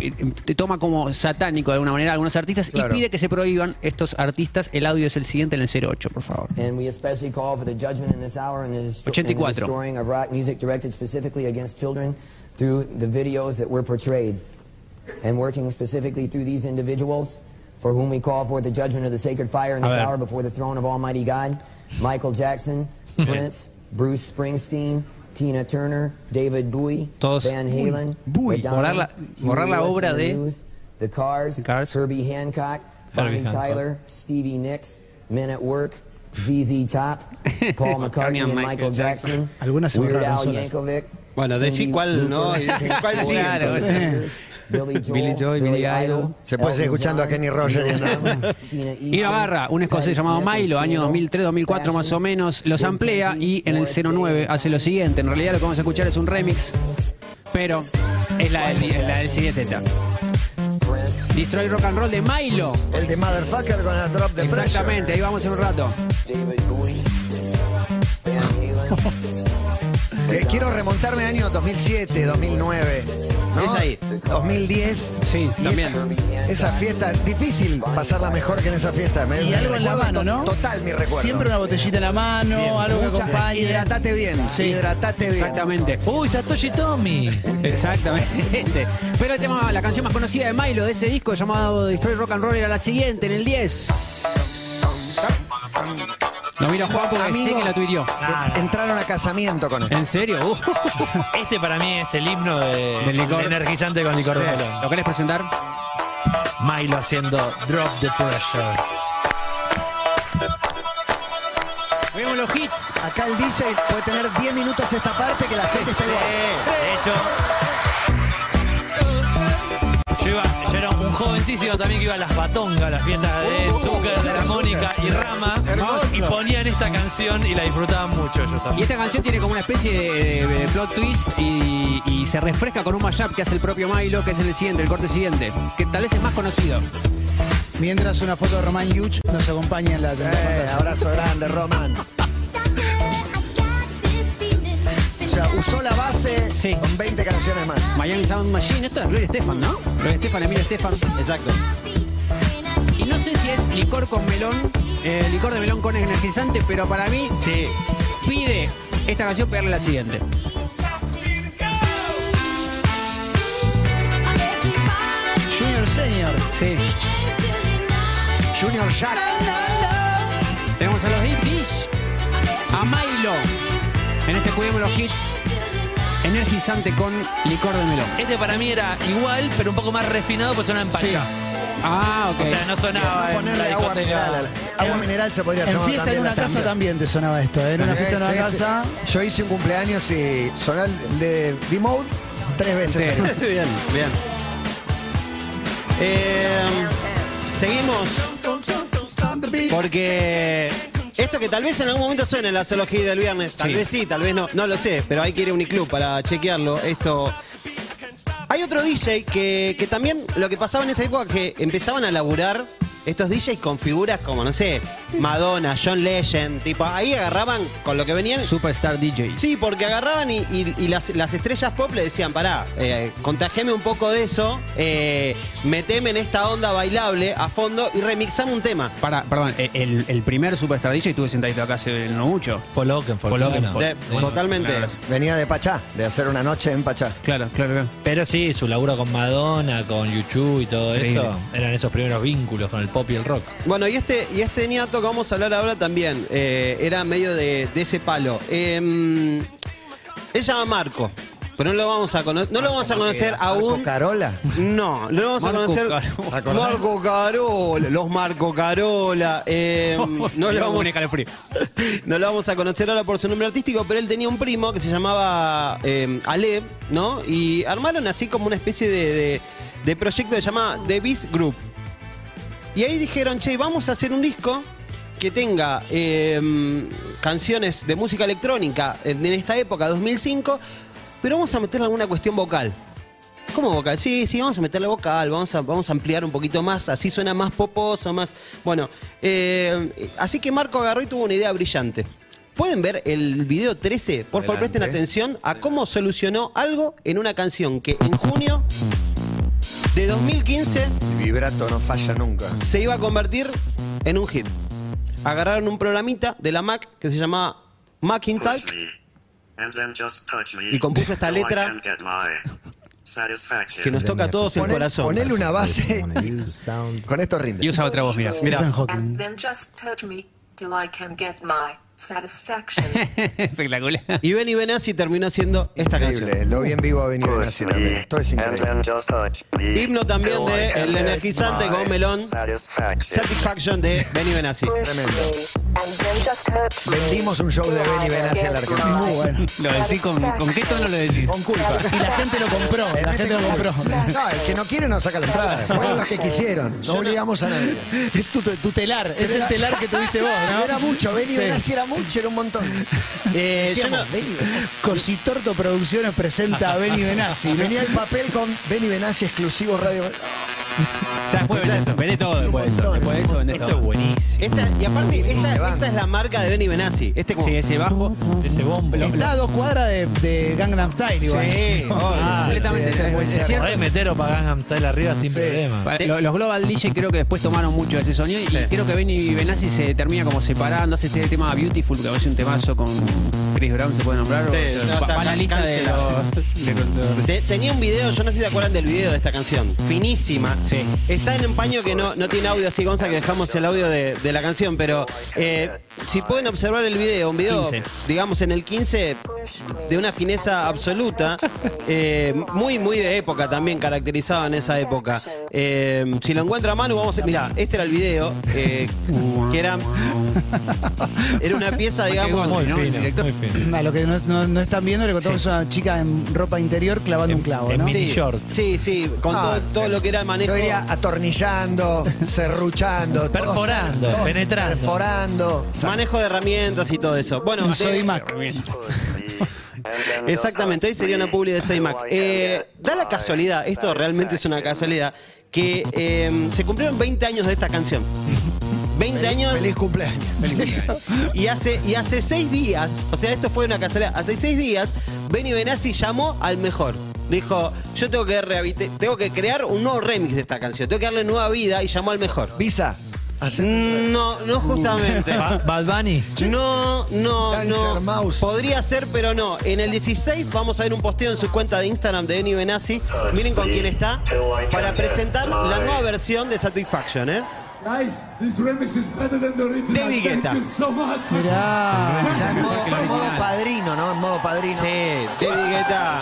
Speaker 4: eh, te toma como satánico de alguna manera a algunos artistas
Speaker 2: Claro.
Speaker 4: y pide que se prohíban estos artistas. El audio es el siguiente en el 08, por favor.
Speaker 10: And we especially call for the judgment in this hour and the, dest-
Speaker 4: 84.
Speaker 10: and the destroying of rock music directed specifically against children through the videos that were portrayed. And working specifically through these individuals for whom we call for the judgment of the sacred fire in
Speaker 4: A
Speaker 10: this
Speaker 4: ver.
Speaker 10: hour before the throne of Almighty God, Michael
Speaker 4: (laughs)
Speaker 10: Jackson, Prince, Bruce Springsteen, Tina Turner, David Bowie,
Speaker 4: Todos.
Speaker 10: Van Halen,
Speaker 4: Bowie.
Speaker 10: Madonna,
Speaker 4: Borrar la-
Speaker 10: Huey
Speaker 4: borrar la
Speaker 10: Lewis
Speaker 4: obra
Speaker 10: and the
Speaker 4: de-
Speaker 10: News, The Cars,
Speaker 4: Cars.
Speaker 10: Herbie Hancock, Bonnie
Speaker 6: Herbie Hancock.
Speaker 10: Tyler, Stevie Nicks, Men at Work, ZZ
Speaker 4: (laughs)
Speaker 10: Top, Paul
Speaker 4: McCartney
Speaker 10: McCartney
Speaker 4: and
Speaker 10: and
Speaker 4: Michael
Speaker 10: Michael Jackson,
Speaker 5: Algunas se
Speaker 10: Weird
Speaker 5: borraron
Speaker 10: Al
Speaker 5: solas.
Speaker 10: Yankovic.
Speaker 3: Bueno, decí
Speaker 10: Cindy
Speaker 2: (laughs)
Speaker 3: cuál no
Speaker 10: Lauper,
Speaker 3: y cuál sí,
Speaker 10: Kenny
Speaker 4: entonces.
Speaker 10: Rogers, Billy Joel,
Speaker 4: Billy Joel, Billy Idol.
Speaker 2: Se puede seguir escuchando a Kenny Rogers y nada.
Speaker 4: Y lo agarra un escocés llamado Milo, año 2003-2004 más o menos, los amplía y en el 09 hace lo siguiente. En realidad lo que vamos a escuchar es un remix, pero es la, del- es la del CDZ. Destroy Rock and Roll de Milo.
Speaker 2: El de Motherfucker con la drop de
Speaker 4: Exactamente, ahí vamos en un rato.
Speaker 2: Pressure. Eh, quiero remontarme al año 2007, 2009. ¿no?
Speaker 3: Es ahí.
Speaker 2: 2010.
Speaker 4: Sí, también.
Speaker 2: Esa fiesta, difícil pasarla mejor que en esa fiesta. Me-
Speaker 5: Y
Speaker 2: me
Speaker 5: algo en la
Speaker 2: recuerda to-
Speaker 5: mano, ¿no?
Speaker 2: Total, mi recuerdo.
Speaker 5: Siempre una botellita en la mano, algo que
Speaker 2: Mucha,
Speaker 5: acompañe.
Speaker 2: hidratate bien,
Speaker 5: Sí.
Speaker 2: hidratate bien.
Speaker 4: Exactamente. Uh,
Speaker 6: Uy, Satoshi Tommy.
Speaker 4: Exactamente. Pero el tema, la canción más conocida de Milo de ese disco llamado Destroy Rock and Roll era la siguiente, en el 10. Lo miro a Juan porque sé
Speaker 2: Amigo,
Speaker 4: que la tuiteó.
Speaker 2: en- Entraron a casamiento con esto.
Speaker 4: ¿En serio? Uh.
Speaker 6: Este para mí es el himno de,
Speaker 4: Del licor.
Speaker 6: de energizante con licor de melón.
Speaker 4: ¿Lo querés presentar?
Speaker 6: Milo haciendo Drop the Pressure.
Speaker 4: Vemos los hits.
Speaker 2: Acá el DJ puede tener 10 minutos esta parte que la gente está igual.
Speaker 6: De hecho, Yo, iba, yo era un jovencísimo también que iba a las batongas, a las fiestas de Zucker, de la Mónica y Rama. Y ponían esta canción y la disfrutaban mucho ellos
Speaker 4: Y
Speaker 6: también.
Speaker 4: esta canción tiene como una especie de, de- de plot twist y, y se refresca con un mashup que hace el propio Milo, que es el siguiente, el corte siguiente, que tal vez es más conocido.
Speaker 5: Mientras una foto de Román Yuch nos acompaña en la
Speaker 2: Eh, abrazo grande, Roman. O sea, usó la base
Speaker 4: Sí.
Speaker 2: con 20 canciones más.
Speaker 4: Miami Sound Machine, esto es Gloria Estefan, ¿no? Gloria Estefan, Emilio Estefan.
Speaker 3: Exacto.
Speaker 4: Y no sé si es licor con melón, eh, licor de melón con energizante, pero para mí
Speaker 3: Sí.
Speaker 4: pide esta canción pegarle la siguiente.
Speaker 5: Junior Senior.
Speaker 4: Sí.
Speaker 2: Junior Jack.
Speaker 4: Tenemos a los Diptis, a Milo, en este Cuidemos los Hits, energizante con licor de melón.
Speaker 6: Este para mí era igual, pero un poco más refinado, pues sonaba en pachá.
Speaker 4: Ah, ok.
Speaker 6: O sea, no
Speaker 2: Vamos a
Speaker 6: sonaba. en la
Speaker 2: ponerle agua
Speaker 6: discoteca.
Speaker 2: mineral. al- Agua mineral se podría
Speaker 5: En
Speaker 2: llamar
Speaker 5: fiesta en
Speaker 2: también
Speaker 5: una
Speaker 2: la
Speaker 5: casa
Speaker 2: canción.
Speaker 5: también te sonaba esto. ¿eh? En una
Speaker 2: Sí,
Speaker 5: fiesta en
Speaker 2: sí,
Speaker 5: una
Speaker 2: sí.
Speaker 5: casa.
Speaker 2: Yo hice un cumpleaños y sonó el de D-Mode tres veces.
Speaker 4: Sí.
Speaker 3: (laughs) Bien, bien. Eh, seguimos. Porque esto que tal vez en algún momento suene en la zoología del viernes, tal vez sí, tal vez no, no lo sé, pero hay que ir a Uniclub para chequearlo. Esto. Hay otro DJ que, que también lo que pasaba en esa época que empezaban a laburar estos DJs con figuras como, no sé, Madonna, John Legend, tipo, ahí agarraban con lo que venían.
Speaker 4: Superstar DJ.
Speaker 3: Sí, porque agarraban y, y- y las, las estrellas pop le decían, pará, eh, contagiame un poco de eso, eh, meteme en esta onda bailable a fondo y remixame un tema.
Speaker 4: Para, perdón, eh, el, el primer Superstar DJ estuve sentadito acá hace no mucho.
Speaker 6: Paul Oakenfold.
Speaker 4: Paul Oakenfold.
Speaker 3: De- totalmente.
Speaker 4: Claro,
Speaker 2: (laughs) Venía de Pachá, de hacer una noche en Pachá.
Speaker 4: claro, claro. claro.
Speaker 6: Pero sí, su laburo con Madonna, con YouTube y todo
Speaker 4: Increíble.
Speaker 6: eso, eran esos primeros vínculos con el pop y el rock.
Speaker 3: Bueno, y este, y este niato que vamos a hablar ahora también, eh, era medio de, de ese palo. Em, él se llama Marco, pero no lo vamos a conocer, no lo vamos a conocer aún.
Speaker 2: Marco Carola.
Speaker 3: No, lo vamos
Speaker 4: Marco
Speaker 3: a conocer.
Speaker 4: Carola.
Speaker 3: Marco Carola, los Marco Carola. em,
Speaker 4: (laughs)
Speaker 3: no lo vamos
Speaker 4: Un escalofrío.
Speaker 3: No lo vamos a conocer ahora por su nombre artístico, pero él tenía un primo que se llamaba eh, Ale, ¿no? Y armaron así como una especie de, de- de proyecto que se llama The Beast Group. Y ahí dijeron, che, vamos a hacer un disco que tenga eh, canciones de música electrónica en esta época, 2005, pero vamos a meterle alguna cuestión vocal. ¿Cómo vocal? Sí, sí, vamos a meterle vocal, vamos a, vamos a ampliar un poquito más, así suena más poposo, más... Bueno, eh, así que Marco agarró y tuvo una idea brillante. ¿Pueden ver el video 13? Por favor, presten atención a cómo solucionó algo en una canción que en junio de 2015
Speaker 2: Vibrato no falla nunca.
Speaker 3: se iba a convertir en un hit. Agarraron un programita de la Mac que se llamaba Macintyre y compuso esta letra (laughs) que nos toca a todos el
Speaker 2: Ponel-
Speaker 3: corazón.
Speaker 2: Ponele una base. Con esto
Speaker 4: Y
Speaker 2: rinde.
Speaker 4: usa otra voz, mira.
Speaker 5: Stephen Hawking.
Speaker 4: (laughs) Espectacular.
Speaker 3: Y Benny Benassi terminó haciendo esta
Speaker 2: Increíble. eh.
Speaker 3: canción.
Speaker 2: Lo bien vivo ha venido así también. Todo es increíble.
Speaker 3: Himno también de El energizante con melón. Satisfaction de Benny Benassi.
Speaker 2: Tremendo. Vendimos un show de Benny Benassi en la Argentina.
Speaker 5: Muy bueno.
Speaker 4: Lo decís con, con qué tono lo decís.
Speaker 2: Con culpa.
Speaker 5: (laughs) Y la gente lo compró.
Speaker 2: En
Speaker 5: La
Speaker 2: este
Speaker 5: gente lo
Speaker 2: club.
Speaker 5: compró.
Speaker 2: No, el que no quiere no saca la
Speaker 5: (laughs)
Speaker 2: entrada. Fueron los que quisieron. No obligamos a nadie.
Speaker 5: Es tu, tu telar. Es el telar que tuviste vos, ¿no?
Speaker 2: Era mucho, Benny
Speaker 5: Sí.
Speaker 2: Benassi era mucho, era un montón.
Speaker 5: (laughs)
Speaker 3: Eh, yo
Speaker 2: Decíamos,
Speaker 3: no-
Speaker 2: Benny Benassi.
Speaker 5: Cositorto Producciones presenta a Benny Benassi.
Speaker 2: (laughs)
Speaker 5: ¿no?
Speaker 2: Venía el papel con Benny Benassi exclusivo Radio.
Speaker 4: Ya después vendés todo. Vendés todo después de eso.
Speaker 2: montón,
Speaker 4: Después de eso vendés
Speaker 6: Esto es
Speaker 4: todo.
Speaker 6: buenísimo.
Speaker 3: Esta, y aparte, esta, esta es la marca de Benny Benassi. Este como-
Speaker 4: Sí, ese bajo.
Speaker 6: Ese bombo.
Speaker 5: Está a dos cuadras de, de Gangnam Style, igual.
Speaker 2: (laughs)
Speaker 3: Sí,
Speaker 4: Ah,
Speaker 3: obvio.
Speaker 4: completamente.
Speaker 2: este es muy
Speaker 4: es
Speaker 2: cierto.
Speaker 4: cierto.
Speaker 6: Podés meter Gangnam Style arriba sin
Speaker 2: Sí.
Speaker 6: problema.
Speaker 4: Pa- lo- Los Global DJ creo que después tomaron mucho de ese sonido y creo que Benny Benassi se termina como separando, hace este tema Beautiful, que parece un temazo con Chris Brown, se puede nombrar.
Speaker 3: Sí,
Speaker 4: O-
Speaker 3: no,
Speaker 4: va-
Speaker 3: está
Speaker 4: va a la lista de
Speaker 3: cancelado.
Speaker 6: (laughs)
Speaker 4: los... de los-
Speaker 3: Te- tenía un video, yo no sé si se acuerdan del video de esta canción. Finísima.
Speaker 4: Sí.
Speaker 3: Está en un paño que no, no tiene audio así, Gonza, que dejamos el audio de, de la canción, pero eh, si pueden observar el video, un video,
Speaker 4: 15.
Speaker 3: digamos, en el 15, de una fineza absoluta, eh, muy, muy de época también, caracterizado en esa época. Eh, si lo encuentra Manu, vamos a... Mirá, este era el video, eh, que era... Era una pieza, digamos...
Speaker 4: Muy fino,
Speaker 6: muy fino.
Speaker 5: A lo que no, no- no están viendo, le contamos a una chica en ropa interior clavando un clavo,
Speaker 6: en
Speaker 5: ¿no?
Speaker 6: mini
Speaker 3: Sí,
Speaker 6: short.
Speaker 3: Sí, sí, con
Speaker 2: Ah,
Speaker 3: todo, todo lo que era el manejo.
Speaker 2: Yo diría atornillando, serruchando. todo-
Speaker 6: Perforando,
Speaker 2: todo-
Speaker 6: penetrando.
Speaker 2: Perforando.
Speaker 3: Manejo de herramientas y todo eso. Bueno, de-
Speaker 5: Soy Mac.
Speaker 3: Exactamente, hoy sería una publi de (laughs) Seymac. Eh, da la casualidad, esto realmente es una casualidad, que eh, se cumplieron 20 años de esta canción. 20 años
Speaker 2: Feliz cumpleaños.
Speaker 3: y hace, y hace seis días, o sea, esto fue una casualidad, hace seis días, Benny Benassi llamó al mejor. Dijo, yo tengo que rehabilite- tengo que crear un nuevo remix de esta canción, tengo que darle nueva vida y llamó al mejor.
Speaker 2: Visa. hace-
Speaker 3: No, no
Speaker 6: (laughs)
Speaker 3: justamente.
Speaker 6: Ba- Bad Bunny.
Speaker 3: No, no,
Speaker 2: Danger
Speaker 3: no.
Speaker 2: Mouse.
Speaker 3: Podría ser, pero no. En el 16 vamos a ver un posteo en su cuenta de Instagram de Benny Benassi. Miren con quién está. Para presentar la nueva versión de Satisfaction, ¿eh?
Speaker 11: Nice. This remix is better than the original.
Speaker 3: David
Speaker 11: Thank
Speaker 3: Guetta.
Speaker 11: you so much.
Speaker 2: Ya en modo, en modo padrino, ¿no? En modo padrino.
Speaker 3: Sí, David Guetta.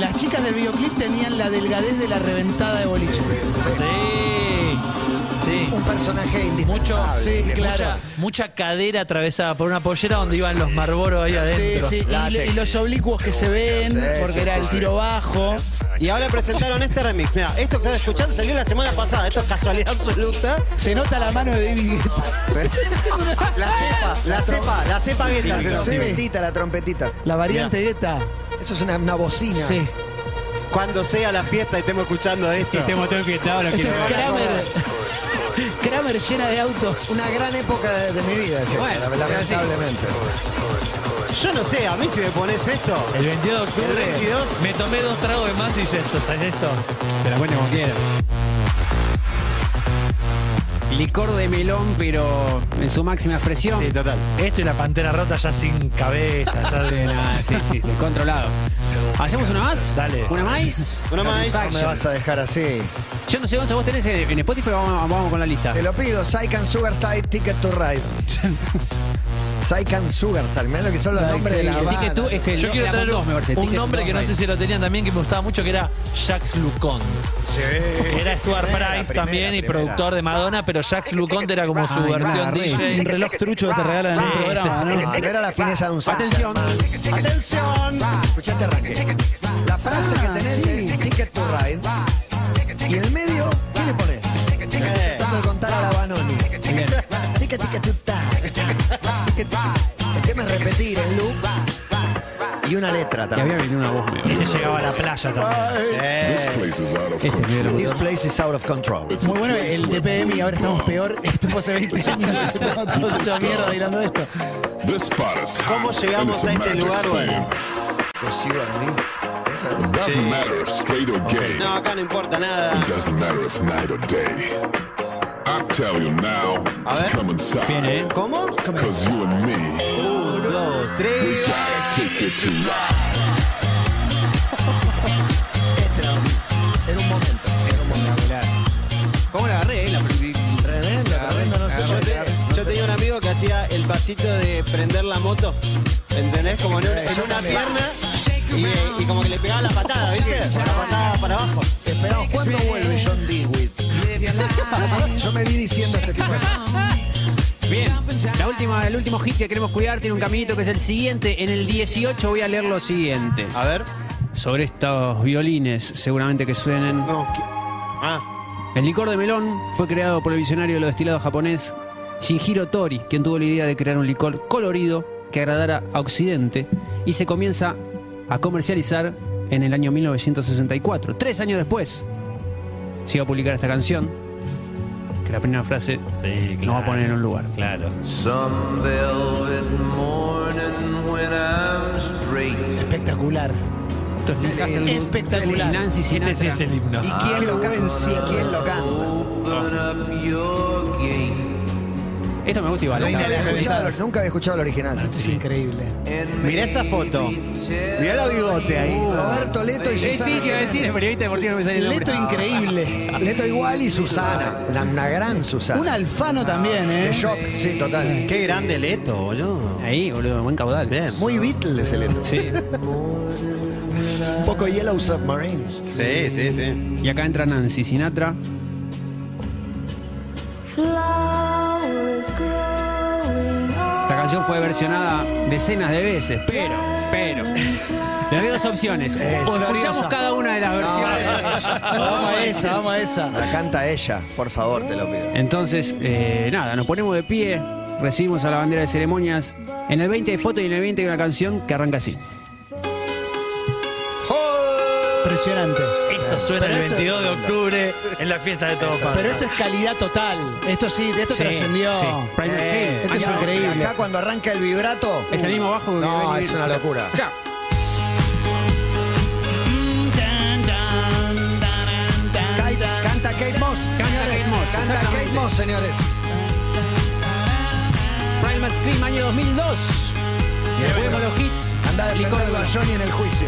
Speaker 5: Las chicas del videoclip tenían la delgadez de la reventada de boliche.
Speaker 6: Sí. Sí.
Speaker 2: Un personaje
Speaker 6: Mucho,
Speaker 2: indispensable.
Speaker 6: mucha- mucha, cadera atravesada por una pollera donde iban los marboros ahí
Speaker 5: Sí,
Speaker 6: adentro.
Speaker 5: sí, y, le- y los oblicuos que se ven,
Speaker 2: Sí,
Speaker 5: porque
Speaker 2: sí,
Speaker 5: era
Speaker 2: sí,
Speaker 5: el
Speaker 2: sí.
Speaker 5: tiro bajo.
Speaker 3: Y ahora presentaron este remix. Mira, esto que estás escuchando salió la semana pasada. Esto es casualidad absoluta.
Speaker 5: Se nota la mano de David Guetta.
Speaker 2: La cepa, la cepa, la cepa Guetta. La
Speaker 5: Sí.
Speaker 2: trompetita, la trompetita.
Speaker 5: La variante Guetta.
Speaker 2: Eso es una, una bocina.
Speaker 5: Sí.
Speaker 3: Cuando sea la fiesta y estemos escuchando esto.
Speaker 6: Este
Speaker 5: Esto es Kramer. Kramer llena de autos.
Speaker 2: Una gran época de, de mi vida, ese,
Speaker 3: Bueno,
Speaker 2: la- lamentablemente.
Speaker 3: Yo no sé, a mí si me pones esto.
Speaker 6: El 22 de octubre
Speaker 3: El 22.
Speaker 6: me tomé dos tragos de más y ya esto, ¿sabes esto?
Speaker 4: Te la cuento como quieras. Licor de melón, pero en su máxima expresión.
Speaker 3: Sí, total.
Speaker 6: Esto y la pantera rota ya sin cabeza,
Speaker 4: (laughs)
Speaker 6: ya
Speaker 4: Sí,
Speaker 6: de
Speaker 4: nada, Ah, sí, sí, descontrolado. ¿Hacemos una más?
Speaker 6: Dale.
Speaker 4: ¿Una
Speaker 6: (laughs)
Speaker 4: más?
Speaker 3: Una más.
Speaker 2: No me vas a dejar así.
Speaker 4: Yo no sé, Gonza, vos tenés eh, en Spotify, vamos, vamos con la lista.
Speaker 2: Te lo pido, Saikan Sugar Style Ticket to Ride. Saikan Sugar Style, mirá lo que son los nombres de la
Speaker 4: El
Speaker 2: banda.
Speaker 4: ticket tú es el
Speaker 6: Yo
Speaker 4: lo-
Speaker 6: quiero
Speaker 4: la
Speaker 6: traer
Speaker 4: con dos, me parece, el
Speaker 6: un
Speaker 4: ticket
Speaker 6: nombre
Speaker 4: con
Speaker 6: que no
Speaker 4: dos,
Speaker 6: sé
Speaker 4: ahí.
Speaker 6: si lo tenían también, que me gustaba mucho, que era Jax Lucón. Era Stuart
Speaker 2: Primera,
Speaker 6: Price
Speaker 2: primera,
Speaker 6: también y
Speaker 2: primera.
Speaker 6: productor de Madonna, pero Jax Lucón era como su
Speaker 4: Ay,
Speaker 6: versión
Speaker 4: nada, re.
Speaker 6: DJ.
Speaker 5: Un reloj trucho que te regalan en un
Speaker 6: Sí.
Speaker 5: programa,
Speaker 2: No,
Speaker 5: ¿no?
Speaker 2: no era la fineza de un Saikan.
Speaker 4: Atención.
Speaker 2: ¡Atención! Escuchate arranque. La frase que tenés es Ticket to Ride. Y en el medio, ¿qué le pones? Tratando de contar a la Banoni. Ticket, ticket, tu, ta, ta. El tema es repetir en loop. Y una letra
Speaker 4: Y
Speaker 2: también.
Speaker 4: había venido una voz, me parece.
Speaker 6: Este llegaba a la playa también.
Speaker 4: Este es medio
Speaker 2: This place is out of control.
Speaker 5: Muy bueno el TPM y ahora estamos peor. (laughs) Esto fue hace 20 años. Estamos todos hechos mierda bailando esto.
Speaker 3: ¿Cómo llegamos a este lugar, bueno?
Speaker 2: Because you and me. Eso es.
Speaker 1: Doesn't matter if straight or gay.
Speaker 3: No, acá no importa nada.
Speaker 1: It doesn't matter if night or day. I tell you now,
Speaker 3: A ver.
Speaker 1: to come
Speaker 4: Viene, ¿eh?
Speaker 1: inside.
Speaker 3: ¿Cómo?
Speaker 1: Cause you and me,
Speaker 3: Un, dos,
Speaker 1: we
Speaker 3: tres.
Speaker 1: gotta take it to life.
Speaker 2: Era un momento. Era un momento.
Speaker 4: ¿Cómo la agarré, eh? La perdí.
Speaker 2: Tremendo, tremendo, no sé.
Speaker 3: Yo, te- yo tenía un amigo que hacía el pasito de prender la moto. ¿Entendés? Como en, un- en
Speaker 2: Yo
Speaker 3: una
Speaker 2: también.
Speaker 3: pierna y, eh, y como que le pegaba la patada, ¿viste? La patada para abajo.
Speaker 2: Esperamos, ¿cuándo vuelve John Dewey? Yo me vi diciendo este tipo de
Speaker 4: Bien, la última, el último hit que queremos cuidar tiene un caminito que es el siguiente. En el 18 voy a leer lo siguiente.
Speaker 3: A ver.
Speaker 4: Sobre estos violines, seguramente que suenen.
Speaker 3: Ah,
Speaker 4: El licor de melón fue creado por el visionario de los destilados japonés Shinjiro Tori, quien tuvo la idea de crear un licor colorido que agradara a Occidente y se comienza a comercializar en el año 1964. Tres años después se iba a publicar esta canción, que la primera frase
Speaker 6: Sí,
Speaker 4: nos va a poner en un lugar.
Speaker 6: Claro.
Speaker 8: Some velvet morning when I'm straight.
Speaker 5: Espectacular.
Speaker 4: Esto es Lin-
Speaker 5: Espectacular.
Speaker 4: Nancy Sinatra.
Speaker 6: Este sí es el himno.
Speaker 5: ¿Y quién lo
Speaker 2: ¿Quién
Speaker 5: canta?
Speaker 2: lo canta?
Speaker 8: Open up your gate
Speaker 4: Esto me gusta igual.
Speaker 2: Nunca había, escuchado,
Speaker 4: Mirá
Speaker 2: nunca había escuchado el original.
Speaker 5: Es increíble.
Speaker 4: esa foto.
Speaker 3: Mirá la bigote ahí.
Speaker 2: Roberto Leto y
Speaker 4: Sí, sí,
Speaker 2: Susana.
Speaker 4: te iba a decir, el periodista deportivo no me sale el nombre.
Speaker 5: Leto increíble.
Speaker 2: Leto igual y Susana. La- una gran Susana.
Speaker 5: Un alfano también,
Speaker 2: de
Speaker 5: ¿eh?
Speaker 2: shock, sí, total.
Speaker 3: Qué grande Leto, boludo.
Speaker 4: Ahí, boludo, buen caudal.
Speaker 3: Bien.
Speaker 2: Muy Beatles el Leto.
Speaker 4: Sí.
Speaker 2: Un poco Yellow Submarine.
Speaker 3: Sí, sí, sí.
Speaker 4: Y acá entra Nancy Sinatra. Esta canción fue versionada decenas de veces, pero, pero. Les doy dos opciones.
Speaker 2: Eh,
Speaker 4: O escuchamos
Speaker 2: gloriosa.
Speaker 4: cada una de las versiones.
Speaker 5: Vamos a esa, vamos a esa.
Speaker 2: La canta ella, por favor, te lo pido.
Speaker 4: Entonces, eh, nada, nos ponemos de pie, recibimos a la bandera de ceremonias. En el 20 hay foto y en el 20 hay una canción que arranca así.
Speaker 5: Impresionante.
Speaker 6: Esto suena el 22 de octubre en la fiesta de Todo Pasa.
Speaker 5: Pero esto es calidad total. Esto sí, de esto
Speaker 4: Sí,
Speaker 5: trascendió.
Speaker 4: sí. Primal
Speaker 2: Eh,
Speaker 4: Scream.
Speaker 2: esto es
Speaker 5: Acá-
Speaker 2: increíble. Acá cuando arranca el vibrato.
Speaker 4: Es el mismo bajo que
Speaker 2: No,
Speaker 4: va a
Speaker 2: es
Speaker 4: venir.
Speaker 2: una locura.
Speaker 4: Ya.
Speaker 2: Kate- Canta Kate Moss.
Speaker 4: Canta
Speaker 2: señores.
Speaker 4: Kate Moss,
Speaker 2: Canta Kate
Speaker 4: exactamente.
Speaker 2: Moss, señores.
Speaker 4: Primal Scream, año 2002. Después vemos los hits.
Speaker 2: Anda a
Speaker 4: Licor
Speaker 2: defenderlo a
Speaker 4: Blonde.
Speaker 2: Johnny en el juicio.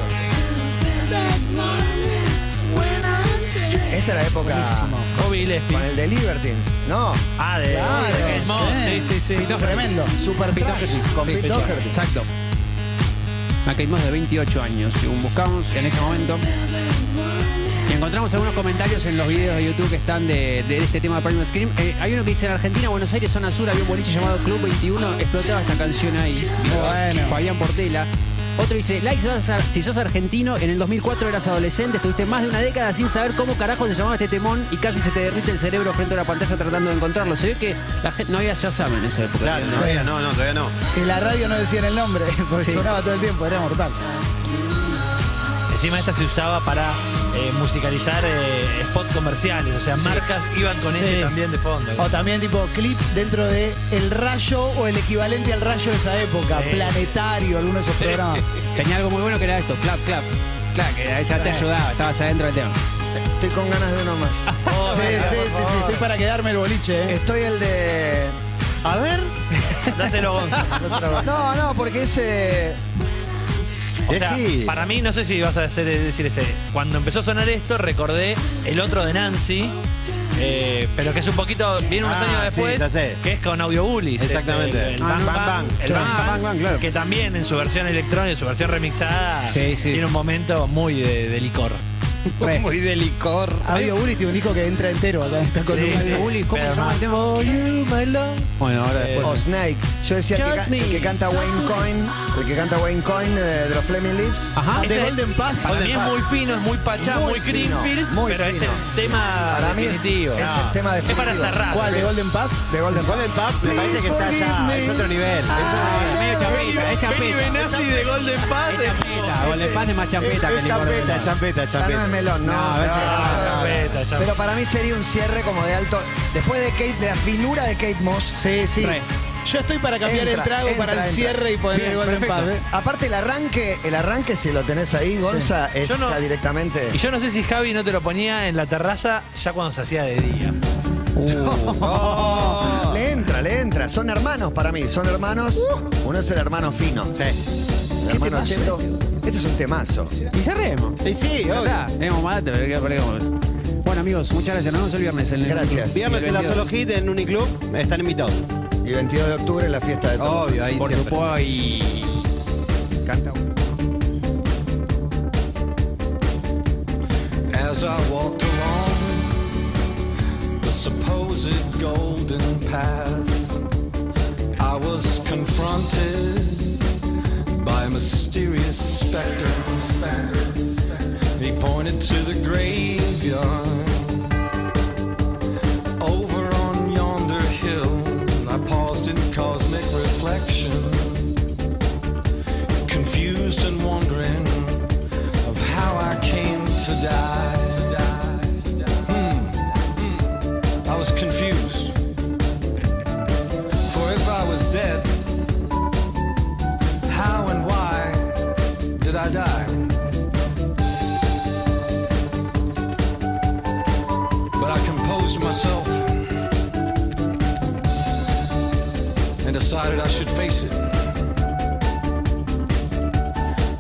Speaker 2: Esta es la época
Speaker 6: Bobby
Speaker 2: con
Speaker 6: Gillespie.
Speaker 2: el de Libertines. No.
Speaker 6: Ah, de
Speaker 2: Claro,
Speaker 6: de Kate Moss. Sí, sí, sí.
Speaker 5: Tremendo.
Speaker 2: Super Trash con Pete Doherty.
Speaker 4: Exacto. Acá hay más de 28 años, según buscamos en ese momento. Y encontramos algunos comentarios en los videos de YouTube que están de, de este tema de Primal Scream. Eh, hay uno que dice, en Argentina, Buenos Aires, zona sur, había un boliche llamado Club 21, explotaba esta canción ahí. Dice Fabián Portela. Otro dice, like, si sos ar- si sos argentino, en el 2004 eras adolescente, estuviste más de una década sin saber cómo carajo se llamaba este temón y casi se te derrite el cerebro frente a la pantalla tratando de encontrarlo. Se ve que la gente no había ya saben en esa época.
Speaker 3: Claro,
Speaker 4: ¿no?
Speaker 3: todavía no, no, todavía no.
Speaker 5: En la radio no decían el nombre, (laughs) porque
Speaker 4: Sí.
Speaker 5: sonaba todo el tiempo, era mortal.
Speaker 6: Encima esta se usaba para eh, musicalizar eh, spots comerciales. O sea, marcas iban con
Speaker 5: Sí.
Speaker 6: este también de fondo.
Speaker 5: O también tipo clip dentro de El Rayo o el equivalente al Rayo de esa época, Planetario, alguno de
Speaker 4: (laughs)
Speaker 5: esos programas.
Speaker 4: Tenía algo muy bueno que era esto, clap, clap. Claro, que ya te ayudaba, estabas adentro del tema.
Speaker 2: Estoy con ganas de uno más.
Speaker 4: Oh,
Speaker 5: sí, sí, sí, sí, estoy para quedarme el boliche. ¿eh?
Speaker 2: Estoy el de.
Speaker 6: A ver. Dáselo, Gonza.
Speaker 2: No, no, porque ese.
Speaker 6: O sea,
Speaker 3: Decí.
Speaker 6: para mí, no sé si vas a hacer, eh, decir ese. Cuando empezó a sonar esto, recordé el otro de Nancy. eh, pero que es un poquito, viene unos
Speaker 3: Ah,
Speaker 6: años
Speaker 3: sí,
Speaker 6: después,
Speaker 3: ya sé.
Speaker 6: que es con Audio Bullies. es
Speaker 3: Exactamente.
Speaker 6: El, el
Speaker 4: Ah,
Speaker 6: Bang
Speaker 4: no,
Speaker 6: Bang,
Speaker 4: Bang.
Speaker 6: el
Speaker 4: Sí.
Speaker 6: Bang
Speaker 4: Ah, Bang Bang, claro.
Speaker 6: que también en su versión electrónica, en su versión remixada,
Speaker 4: Sí, sí.
Speaker 6: tiene un momento muy de, de licor.
Speaker 4: Re.
Speaker 3: Muy de licor.
Speaker 5: Había Bully tiene un disco que entra entero acá en esta columna.
Speaker 6: Sí.
Speaker 4: Uli, ¿cómo
Speaker 6: Pero
Speaker 4: se llama
Speaker 6: no.
Speaker 4: el tema? Bueno, ahora después.
Speaker 2: O Snake. Yo decía el que,
Speaker 4: Just
Speaker 2: ca- el
Speaker 4: me.
Speaker 2: que canta Wayne Coyne. El que canta Wayne Coyne eh, de los Fleming Lips.
Speaker 4: Ajá.
Speaker 5: De
Speaker 6: Ese es-
Speaker 5: Golden Path.
Speaker 6: Para mí es muy fino, es muy pachá,
Speaker 2: Muy
Speaker 6: muy,
Speaker 2: fino,
Speaker 6: Greenfields,
Speaker 2: muy
Speaker 6: pero es
Speaker 2: fino.
Speaker 6: el tema
Speaker 2: Para mí es-
Speaker 6: definitivo.
Speaker 2: es el tema
Speaker 6: Es para
Speaker 2: definitivo.
Speaker 6: cerrar.
Speaker 5: ¿Cuál? ¿De Golden Path?
Speaker 2: De Golden Path.
Speaker 3: Golden Pub me parece que está ya, es otro nivel.
Speaker 4: Es medio chapeta, es
Speaker 6: Benny
Speaker 4: chapeta.
Speaker 6: Benassi de Golden Path.
Speaker 4: Chapeta, O el pan es más chapeta que el
Speaker 3: Ah, Es
Speaker 4: licor.
Speaker 3: champeta, champeta,
Speaker 2: Ya no
Speaker 3: champeta.
Speaker 2: es melón, no. Ah,
Speaker 4: No, a veces-
Speaker 2: no, no, no.
Speaker 6: Chapeta, chapeta.
Speaker 2: Pero para mí sería un cierre como de alto. Después de Kate, de la finura de Kate Moss.
Speaker 5: Sí, sí.
Speaker 4: Re.
Speaker 5: Yo estoy para cambiar
Speaker 2: Entra,
Speaker 5: el trago
Speaker 2: entra,
Speaker 5: para el
Speaker 2: entra.
Speaker 5: cierre y poner
Speaker 4: Bien,
Speaker 5: el Golden
Speaker 4: perfecto.
Speaker 5: Path. ¿eh?
Speaker 2: Aparte el arranque, el arranque si lo tenés ahí, Gonza, es
Speaker 6: Yo no-
Speaker 2: ya directamente.
Speaker 6: Y yo no sé si Javi no te lo ponía en la terraza ya cuando se hacía de día.
Speaker 2: Le entra, le entra. Son hermanos para mí, son hermanos. Uno es el hermano fino.
Speaker 3: Sí.
Speaker 2: El hermano cheto. Este es un temazo.
Speaker 4: Y cerremos.
Speaker 3: Sí, sí, obvio.
Speaker 4: Tenemos más, pero hay que perdemos. Bueno, amigos, muchas gracias. Nos vemos el viernes. en el-
Speaker 2: Gracias.
Speaker 3: Viernes en la Solo Hit en Uniclub están invitados.
Speaker 2: Y 22 de octubre la fiesta
Speaker 3: Oh.
Speaker 2: de todos.
Speaker 3: Obvio, ahí
Speaker 4: Por
Speaker 3: siempre.
Speaker 4: supuesto, y...
Speaker 2: Canta uno.
Speaker 12: As I walked along the supposed golden path, I was confronted by a mysterious specter. He pointed to the graveyard over on yonder hill. I paused in cosmic reflection, confused and wondering of how I came to die. Hmm. I was confused. For if I was dead, how and why did I die? and decided I should face it.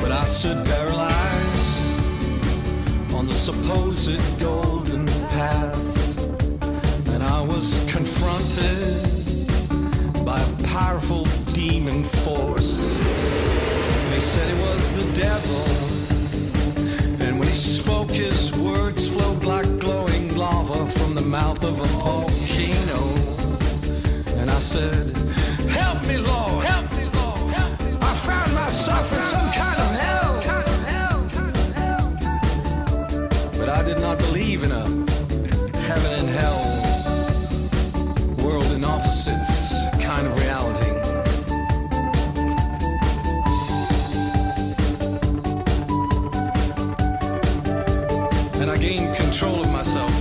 Speaker 12: But I stood paralyzed on the supposed golden path, and I was confronted by a powerful demon force. They said it was the devil, and when he spoke, his words flowed like glowing lava from the mouth of a volcano. And I said, Help me, Lord! Help me, Lord! Help me, Lord. I found myself in some kind of hell. But I did not believe in a heaven and hell, world and opposites kind of reality. And I gained control of myself.